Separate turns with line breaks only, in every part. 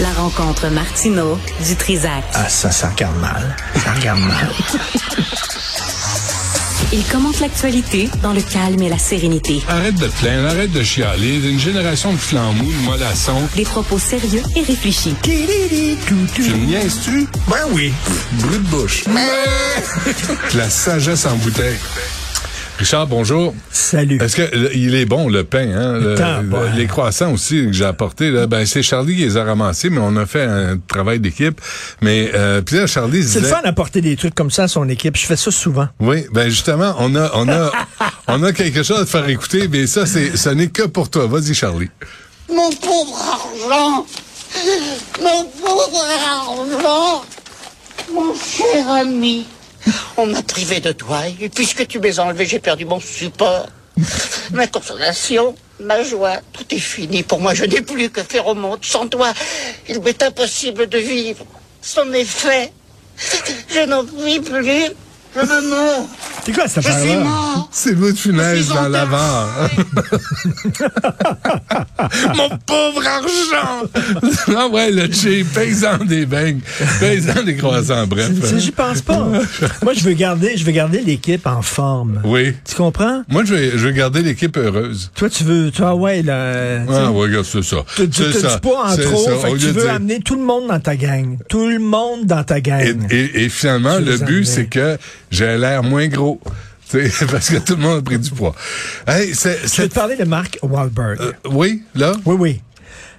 La rencontre Martino du Trizac.
Ah, ça, ça regarde mal. Ça regarde mal.
Il commente l'actualité dans le calme et la sérénité.
Arrête de te plaindre, arrête de chialer. Une génération de flammous, de mollassons.
Des propos sérieux et réfléchis.
Tu me niaises-tu?
Ben oui.
Brut de bouche. La sagesse en bouteille. Richard, bonjour.
Salut.
Est-ce que le- il est bon le pain, hein? Le-
Tant,
le-
ouais.
Les croissants aussi que j'ai apportés, là, ben c'est Charlie qui les a ramassés, mais on a fait un travail d'équipe. Mais euh, puis là, Charlie
C'est
disait,
le fun d'apporter des trucs comme ça à son équipe. Je fais ça souvent.
oui, ben justement, on a, on a, on a quelque chose à te faire écouter, mais ça, c'est, ce n'est que pour toi. Vas-y, Charlie.
Mon pauvre argent Mon pauvre argent Mon cher ami On m'a privé de toi et puisque tu m'es enlevé, j'ai perdu mon support. Ma consolation, ma joie, tout est fini. Pour moi, je n'ai plus que faire au monde. Sans toi, il m'est impossible de vivre. C'en est fait. Je n'en vis plus. Je me meurs.
C'est quoi cette
Je suis
affaire-là?
mort.
C'est l'eau de
Je
funèse
suis
dans
en
l'avare. Mon pauvre argent! ah ouais, le cheap, paysan des beignes, paysan des croissants, bref.
Ça, J'y pense pas. Moi, je veux garder, je veux garder l'équipe en forme.
Oui.
Tu comprends?
Moi, je vais, je vais garder l'équipe heureuse.
Toi, tu veux, toi, ouais, là, tu sais,
Ah, ouais, regarde, c'est ça.
tu- tu
C'est
te
ça,
dis pas en
c'est
trop,
ça.
fait
Au
que tu
lieu de
veux
dire-
amener tout le monde dans ta gang. Tout le monde dans ta
Et,
gang.
et- et finalement,
Tu
le
les
but,
amenais.
c'est que j'ai l'air moins gros. Tu sais, Parce que tout le monde a pris du poids. Hey, c'est,
Je vais
c'est-
te parler de Mark Wahlberg.
euh, oui, là?
Oui, oui.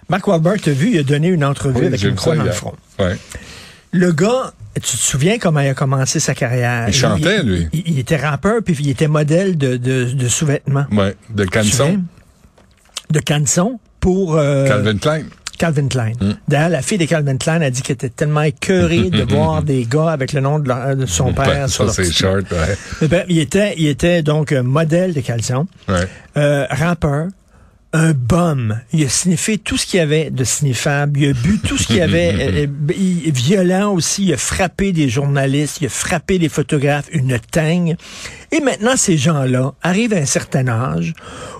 Mark Wahlberg, t'as vu, il a donné une entrevue
Oui,
avec
j'ai
une
vu ça
croix dans le
hier.
front.
Ouais.
Le gars, tu te souviens comment il a commencé sa carrière?
Il chantait, lui.
Il, il était rappeur, puis il était modèle de, de, de sous-vêtements.
Ouais.
Tu
De
euh, te
Canson,
souviens? De Canson pour euh, Calvin.
Calvin Hmm. Klein.
Klein. D'ailleurs, la fille de Calvin Klein a dit qu'elle était tellement écœurée de voir des gars avec le nom de, leur- de son père sur
Ouais, Ben, ça,
leur
c'est
petit-
short, ouais.
Eh ben, il, était, il était donc euh, modèle de Calzon,
Ouais.
euh, rappeur, un bum. Il a sniffé tout ce qu'il y avait de sniffable. Il a bu tout ce qu'il y avait. euh, euh, b- il- violent aussi. Il a frappé des journalistes. Il a frappé des photographes. Une teigne. Et maintenant, ces gens-là arrivent à un certain âge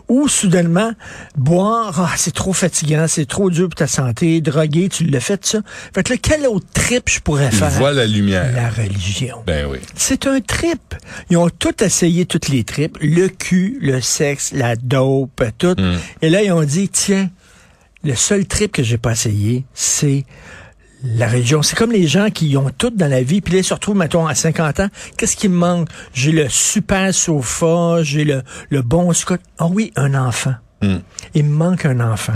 où soudainement, boire, ah, c'est trop fatigant, c'est trop dur pour ta santé, droguer, tu l'as fait, ça. Fait que là, quelle autre trip je pourrais
Il
faire?
voit la lumière.
La religion.
Ben oui.
C'est un trip. Ils ont tout essayé, toutes les tripes. Le cul, le sexe, la dope, tout. Et là, ils ont dit, tiens, le seul trip que j'ai pas essayé, c'est la religion. C'est comme les gens qui ont tout dans la vie, puis là, ils se retrouvent, mettons, à 50 ans. Qu'est-ce qui me manque? J'ai le super sofa, j'ai le, le bon scot. Ah oui, un enfant. Il me manque un enfant.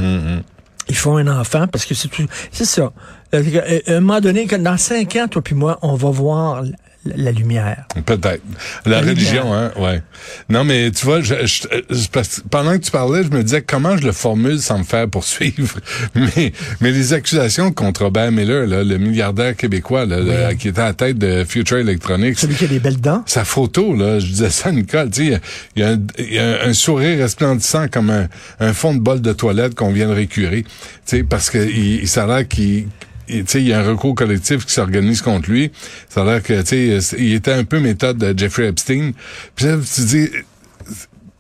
Ils font un enfant parce que c'est tout. C'est ça. Euh, euh, À un moment donné, que dans cinq ans, toi puis moi, on va voir l- la lumière.
Peut-être. La
La
religion, hein, ouais. Non, mais tu vois, je, je- je- parce que pendant que tu parlais, je me disais comment je le formule sans me faire poursuivre. Mais, mais les accusations contre Robert Miller, là, le milliardaire québécois là, le- qui était à la tête de Future Electronics,
Celui qui a des belles dents.
sa photo, là, je disais ça à Nicole, tu sais, il y a, il y a un sourire resplendissant comme un, un fond de bol de toilette qu'on vient de récurer, tu sais, parce que il, il- ça a l'air qu'il... il- tu sais, il y a un recours collectif qui s'organise contre lui. Ça a l'air que, tu sais, il était un peu méthode de Jeffrey Epstein. Puis là, tu dis,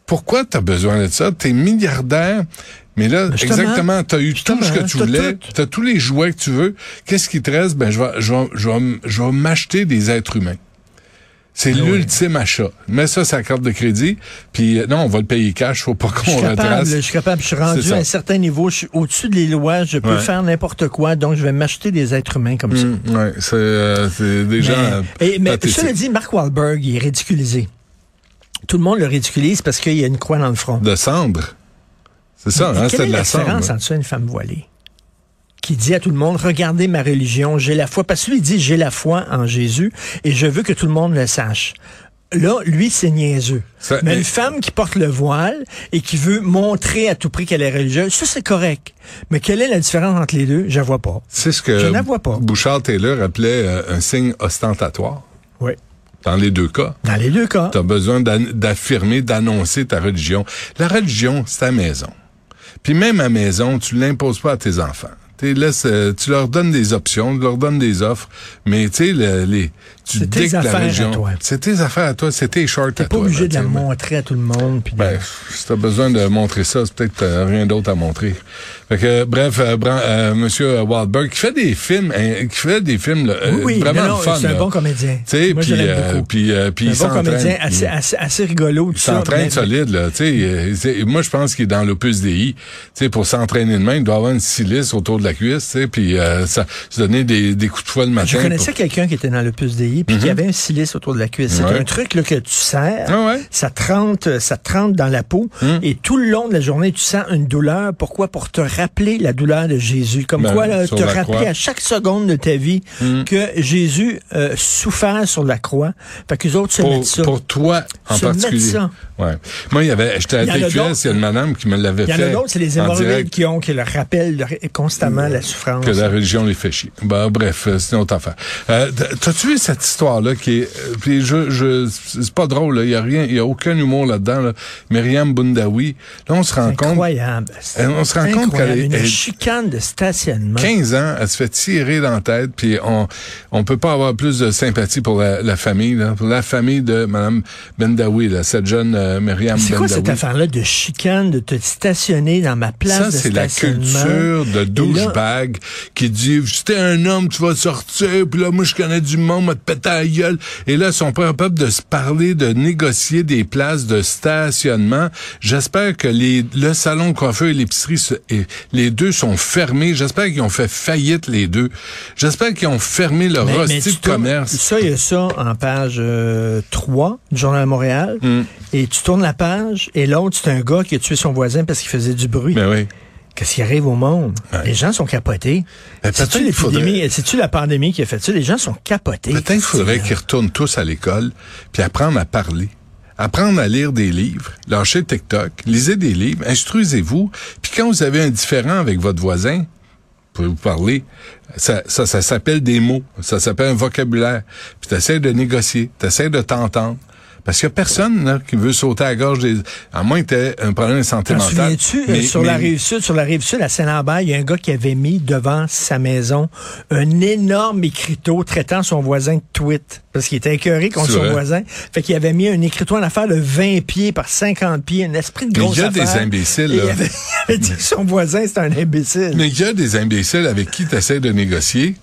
pourquoi t'as besoin de ça? T'es milliardaire, mais là,
justement,
exactement, t'as eu tout ce que
justement,
tu
t'as
voulais,
tout.
t'as tous les jouets que tu veux. Qu'est-ce qui te reste? Ben, je vais, je vais, je vais m- je vais m'acheter des êtres humains. C'est
Ah
l'ultime achat. Mets ça sa carte de crédit, puis euh, non, on va le payer cash, faut pas
Je
qu'on
suis capable,
retrace.
je suis capable, je suis
C'est
rendu
ça.
à un certain niveau, je suis au-dessus des lois, je peux
Ouais.
faire n'importe quoi, donc je vais m'acheter des êtres humains comme ça.
Mm, ouais, c'est euh, c'est des gens. euh,
Mais, et- mais
pathétiques.
cela dit, Mark Wahlberg, il est ridiculisé. Tout le monde le ridiculise parce qu'il y a une croix dans le front.
de cendre. C'est ça,
Mais
hein,
quelle
c'était
est
de
la
la cendre.
différence entre ça et une femme voilée qui dit à tout le monde, regardez ma religion, j'ai la foi, parce que lui il dit, j'ai la foi en Jésus et je veux que tout le monde le sache. Là, lui, c'est niaiseux.
Ça- eh.
Mais
mais-
une femme qui porte le voile et qui veut montrer à tout prix qu'elle est religieuse, ça, c'est correct. Mais quelle est la différence entre les deux? Je la vois pas.
C'est ce que
Je la vois pas.
Bouchard Taylor appelait euh, un signe ostentatoire.
Oui.
Dans les deux cas,
Dans les deux cas.
tu as besoin d'an- d'affirmer, d'annoncer ta religion. La religion, c'est ta maison. Puis même à maison, tu l'imposes pas à tes enfants. Tu les laisses, euh, tu leur donnes des options, tu leur donnes des offres, mais tu sais le- les tu
C'est tes
dictes la
affaires à
région.
toi.
C'est tes affaires à toi, c'est tes shorts à
T'es pas
toi.
obligé
là,
de la
tu sais, mais-
montrer à tout le monde. puis de-
Ben, si t'as besoin de montrer ça, c'est peut-être euh, rien d'autre à montrer. Fait que, euh, bref, euh, Bran- euh, Monsieur Waldberg qui fait des films, hein, qui fait des films là, euh,
oui, oui,
vraiment
non,
le
non,
fun.
c'est un
là.
bon comédien.
Tu sais,
Moi, je
puis,
l'aime
euh,
beaucoup.
puis, euh, puis il
C'est un bon
s'entraîne,
comédien,
puis-
assez, assez, assez rigolo. Tout
Il
ça,
s'entraîne
mais-
solide, là. Tu sais, euh, c'est- moi, je pense qu'il est dans l'opus DI. Tu sais, pour s'entraîner de même, il doit avoir une silice autour de la cuisse, tu sais, puis euh, ça, se donner des, des coups de poing le matin.
Je connaissais
pour-
quelqu'un qui était dans le puce DI puis qui avait un silice autour de la cuisse. C'est
Mhm. Ouais.
un truc là, que tu serres,
Ah ouais? Mhm.
ça trempe, euh, ça trempe dans la peau et tout le long de la journée tu sens une douleur. Pourquoi Pour te rappeler la douleur de Jésus. Comme
Ben,
quoi, là,
sur
te
la
rappeler
croix. Mhm.
à chaque seconde de ta vie que Jésus euh, souffert sur la croix. Fait que les autres se mettent ça.
Pour, pour toi, en
Se
particulier.
mettre
Ouais. Moi, il y avait, j'étais à
Il y en a
TQS, il y a une madame qui me l'avait
Il
fait.
y en a d'autres, c'est les
en
hémorroïdes
direct. Euh,
qui ont qui leur rappellent leur- constamment la souffrance.
que la religion les fait chier. Ben, bref, euh, c'est une autre affaire. Euh, t- T'as-tu vu cette histoire-là qui est... euh, Puis je, je, c'est pas drôle, là. il y a rien, il y a aucun humour là-dedans. Là. Myriam Boundaoui, là, on se rend compte...
Incroyable.
Et Euh, on se rend compte
Incroyable.
qu'elle est-
une
elle-
chicane de stationnement.
15 ans, elle se fait tirer dans la tête, puis on on peut pas avoir plus de sympathie pour la, la famille, là, pour la famille de Madame Bendawi, là, cette jeune euh, Myriam
C'est quoi
Bendawi.
cette affaire-là de chicane, de te stationner dans ma place
Ça,
de
c'est la
stationnement?
culture de
Et là,
douchebag qui dit, si t'es un homme, tu vas sortir, puis là, moi, je connais du monde, moi, te péter la gueule. Et là, ils sont pas capables de se parler, de négocier des places de stationnement. J'espère que les, le salon de coiffeur et l'épicerie, se- et les deux sont fermés. J'espère qu'ils ont fait faillite, les deux. J'espère qu'ils ont fermé leur
Ben, mais- mais
hostie
tu
de commerce.
tournes- Ça, il y a ça en page euh, 3 du Journal de Montréal.
Mm.
Et tu tournes la page, et l'autre, c'est un gars qui a tué son voisin parce qu'il faisait du bruit.
Mais Ben oui.
Qu'est-ce qui arrive au monde? Les gens sont capotés.
Mais Ben, peut-être
C'est-tu
qu'il
l'épidémie- c'est-tu la pandémie qui a fait ça? Les gens sont capotés.
Peut-être qu'il faudrait qu'ils retournent tous à l'école, puis apprendre à parler, apprendre à lire des livres, lâcher TikTok, lisez des livres, instruisez-vous, puis quand vous avez un différent avec votre voisin, vous pouvez vous parler. Ça, ça, ça s'appelle des mots, ça s'appelle un vocabulaire. Puis t'essaies de négocier, t'essaies de t'entendre. Parce qu'il y a personne là, qui veut sauter à la gorge des... À moins que t'aies un problème de santé
T'en
mentale.
souviens-tu, euh,
Mais-
sur
mais-
la rive sud, sur la rive sud, à Saint-Lambert, il y a un gars qui avait mis devant sa maison un énorme écriteau traitant son voisin de tweet. Parce qu'il était écœuré contre
C'est
son
vrai.
voisin. Fait qu'il avait mis un écriteau en affaire de 20 pieds par 50 pieds, un esprit de
Mais
grosse
il y a
affaire.
des imbéciles,
Et
là.
Il avait, il avait dit que son voisin, c'est un imbécile.
Mais il y a des imbéciles avec qui tu essaies de négocier,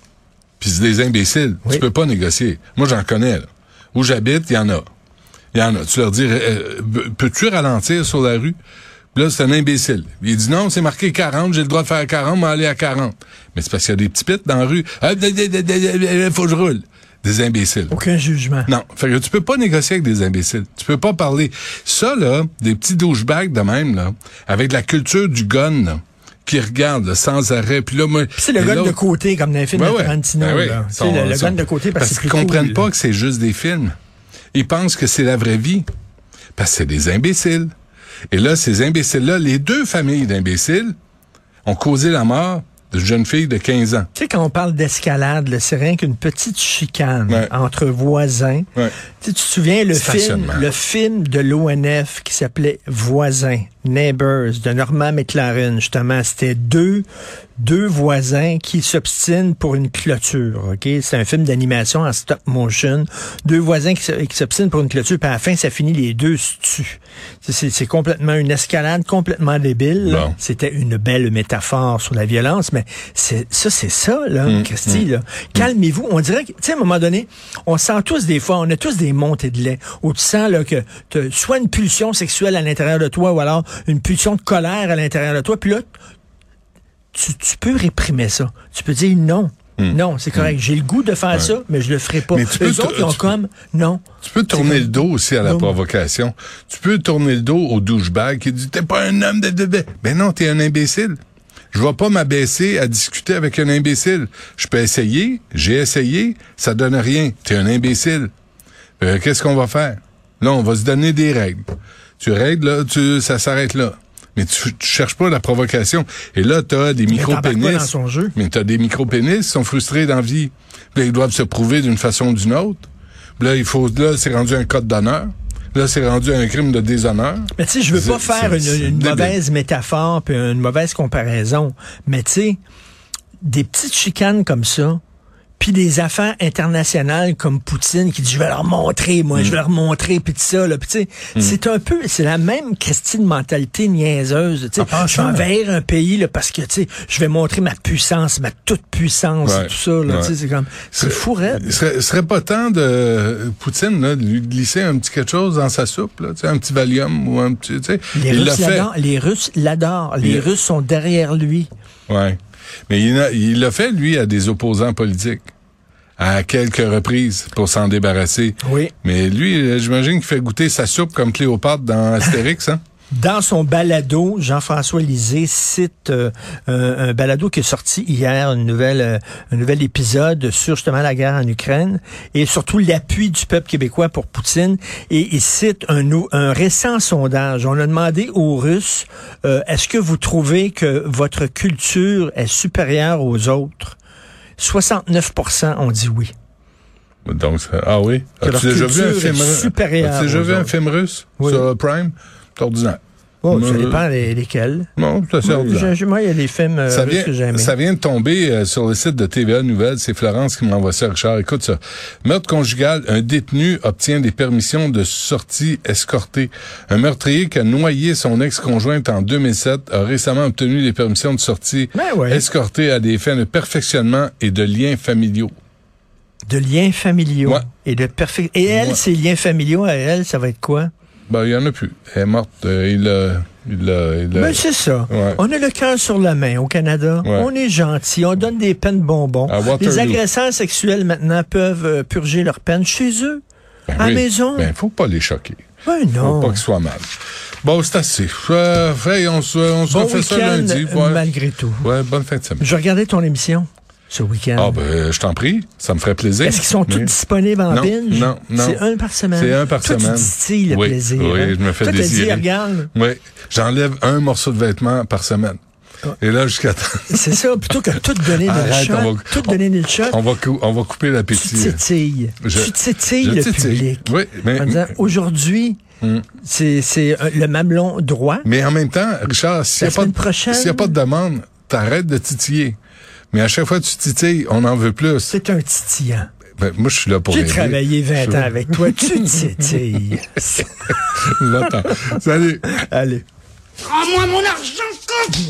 puis c'est des imbéciles.
Oui.
Tu peux pas négocier. Moi, j'en connais. Là. Où j'habite, il y en a. Il y en a. Tu leur dis, euh, euh, peux-tu ralentir sur la rue? Puis là, c'est un imbécile. Il dit, non, c'est marqué 40, j'ai le droit de faire 40, mais aller à 40. Mais c'est parce qu'il y a des petits pits dans la rue. Ah, da, da, da, da, da, da, faut que je roule. Des imbéciles.
Aucun jugement.
Non. Fait que tu peux pas négocier avec des imbéciles. Tu peux pas parler. Ça, là, des petits douchebags de même, là, avec la culture du gun, là, qui regarde là, sans arrêt. Puis là, moi,
Puis c'est le
et
gars de
l'autre-
côté, comme dans les films
Ben
de
ouais.
Tarantino.
Ben oui.
là. Tu sais,
Sont-
le, le
sont-
gars de côté, parce, que c'est
qu'ils
plus
comprennent
cool.
pas que c'est juste des films. Ils pensent que c'est la vraie vie. Parce que c'est des imbéciles. Et là, ces imbéciles-là, les deux familles d'imbéciles ont causé la mort d'une jeune fille de 15 ans.
Tu sais, quand on parle d'escalade, là, c'est rien qu'une petite chicane
Ouais.
entre voisins.
Ouais.
Tu sais, tu te souviens le film,
Stationnement.
le film de l'ONF qui s'appelait Voisins, Neighbors, de Norman McLaren, justement. C'était deux, deux voisins qui s'obstinent pour une clôture, OK? C'est un film d'animation en stop motion. Deux voisins qui se- qui s'obstinent pour une clôture, puis à la fin, ça finit, les deux se tuent. C'est- C'est c'est complètement une escalade complètement débile. là.
Bon.
C'était une belle métaphore sur la violence, mais c'est ça, c'est ça, là,
Mm,
Christy. là. Calmez-vous. On dirait que, tu sais, à un moment donné, on sent tous des fois, on a tous des montées de lait, où tu sens là, que t'as soit une pulsion sexuelle à l'intérieur de toi, ou alors une pulsion de colère à l'intérieur de toi, puis là, tu, tu peux réprimer ça. Tu peux dire non. Non, c'est correct. J'ai le goût de faire ça, mais je le ferai pas.
Mm. Mais tu peux
Eux
te-
autres, ils ont
tu peux-
comme, non.
Tu peux tourner le dos aussi à la
Non.
provocation. Tu peux tourner le dos au douchebag qui dit t'es pas un homme de de- de- Ben non, t'es un imbécile. Je vais pas m'abaisser à discuter avec un imbécile. Je peux essayer, j'ai essayé, ça donne rien. T'es un imbécile. Euh, Qu'est-ce qu'on va faire? Là, on va se donner des règles. Tu règles là, tu, ça s'arrête là. Mais tu, tu cherches pas la provocation. Et là, t'as des
t'embarques
micro-pénis.
pas dans son jeu.
Mais t'as des micro-pénis, ils sont frustrés d'envie. Puis là, ils doivent se prouver d'une façon ou d'une autre. Puis là, il faut, là, c'est rendu un code d'honneur. Là, c'est rendu un crime de déshonneur.
Mais tu sais, je veux
C'est-
pas faire
c'est-
une,
c'est
une
débile.
mauvaise métaphore puis une mauvaise comparaison, mais tu sais, des petites chicanes comme ça, Puis des affaires internationales comme Poutine qui dit, je vais leur montrer, moi, je vais leur montrer, puis tout ça. Là. Puis tu sais,
Mm.
c'est un peu, c'est la même Christine mentalité niaiseuse. Tu sais,
Ah,
je vais
pensant.
envahir un pays là, parce que tu sais, je vais montrer ma puissance, ma toute puissance,
Ouais,
et tout ça. Là,
ouais.
Tu sais, C'est comme, c'est fou raide.
Serait, serait pas temps de euh, Poutine là, de lui glisser un petit quelque chose dans sa soupe, là, tu sais, un petit Valium ou un petit, tu sais,
Les
il l'a
Russes
fait.
l'adorent. Les Russes l'adorent. Les
Il-
Russes sont derrière lui.
Ouais. Mais il a- il l'a fait lui à des opposants politiques à quelques reprises pour s'en débarrasser.
Oui.
Mais lui, euh, j'imagine qu'il fait goûter sa soupe comme Cléopâtre dans Astérix, hein.
Dans son balado, Jean-François Lisée cite euh, un, un balado qui est sorti hier, une nouvelle, euh, un nouvel épisode sur justement la guerre en Ukraine et surtout l'appui du peuple québécois pour Poutine. Et il cite un, nou- un récent sondage. On a demandé aux Russes, euh, est-ce que vous trouvez que votre culture est supérieure aux autres? 69% ont dit oui.
Donc, ça- ah oui.
Que
As-tu
leur
déjà vu un
culture est
film russe?
supérieure
As-tu déjà
aux
vu un
autres.
film russe
Oui.
sur Prime? C'est ordinaire.
Oh,
Mais-
ça dépend les- lesquels.
Non, c'est assez
Moi,
ordinaire.
j'ai- Moi, il y a des films euh,
Ça
russes
vient,
que j'aimais.
ça vient de tomber euh, sur le site de TVA Nouvelles. C'est Florence qui m'envoie ça, Richard. Écoute ça. Meurtre conjugal, un détenu obtient des permissions de sortie escortée. Un meurtrier qui a noyé son ex-conjointe en 2007 a récemment obtenu des permissions de sortie
Ben ouais.
escortées à des fins de perfectionnement et de liens familiaux.
De liens familiaux
Ouais.
et de perfect. Et elle,
Ouais.
ses liens familiaux à elle, ça va être quoi?
Ben, il y en a plus. Elle est morte. Euh, il l'a... Il l'a... il euh, l'a-
Ben, c'est ça.
Ouais.
On a le cœur sur la main au Canada.
Ouais.
On est gentil. On donne des peines bonbons.
À Waterloo.
Les agresseurs sexuels maintenant peuvent euh, purger leur peine chez eux.
Ben
à
oui.
maison.
Ben, faut pas les choquer.
Ben
Faut pas
non.
qu'ils soient mal. Bon, c'est assez. Euh, hey, on se, on se
Bon
refait ça
week-end,
lundi.
euh, malgré tout.
Ouais, bonne fin de semaine.
Je regardais ton émission ce week-end.
Ah ben, euh, je t'en prie, ça me ferait plaisir.
Est-ce qu'ils sont tous
Mais-
disponibles en
Non,
binge?
non, non.
C'est un par semaine.
C'est un par
Toi,
semaine.
Tu distilles le
oui,
plaisir.
Oui,
hein?
je me fais
Toi, t'as dit,
désirer.
regarde.
Oui, j'enlève un morceau de vêtement par semaine. Et là, jusqu'à temps,
C'est ça. Plutôt que tout donner dans le
Ah, Arrête,
shot,
on va-
tout donner dans le shot,
on va, cou- on va couper
tu
l'appétit.
titilles.
Je-
tu titilles
je
le
titille.
public.
Oui, mais- Hmm.
En disant, aujourd'hui, c'est c'est, euh, le mamelon droit.
Mais en même temps, Richard, s'il
La
n'y a, pas
semaine prochaine-
de- s'il y a pas de demande, t'arrêtes de titiller. Mais à chaque fois que tu titilles, on en veut plus.
C'est un titillant.
Ben, moi, je suis là pour
J'ai
aider.
travaillé 20
Je-
ans avec toi. Tu titilles.
J'entends. Salut.
Allez.
Rends-moi mon argent, con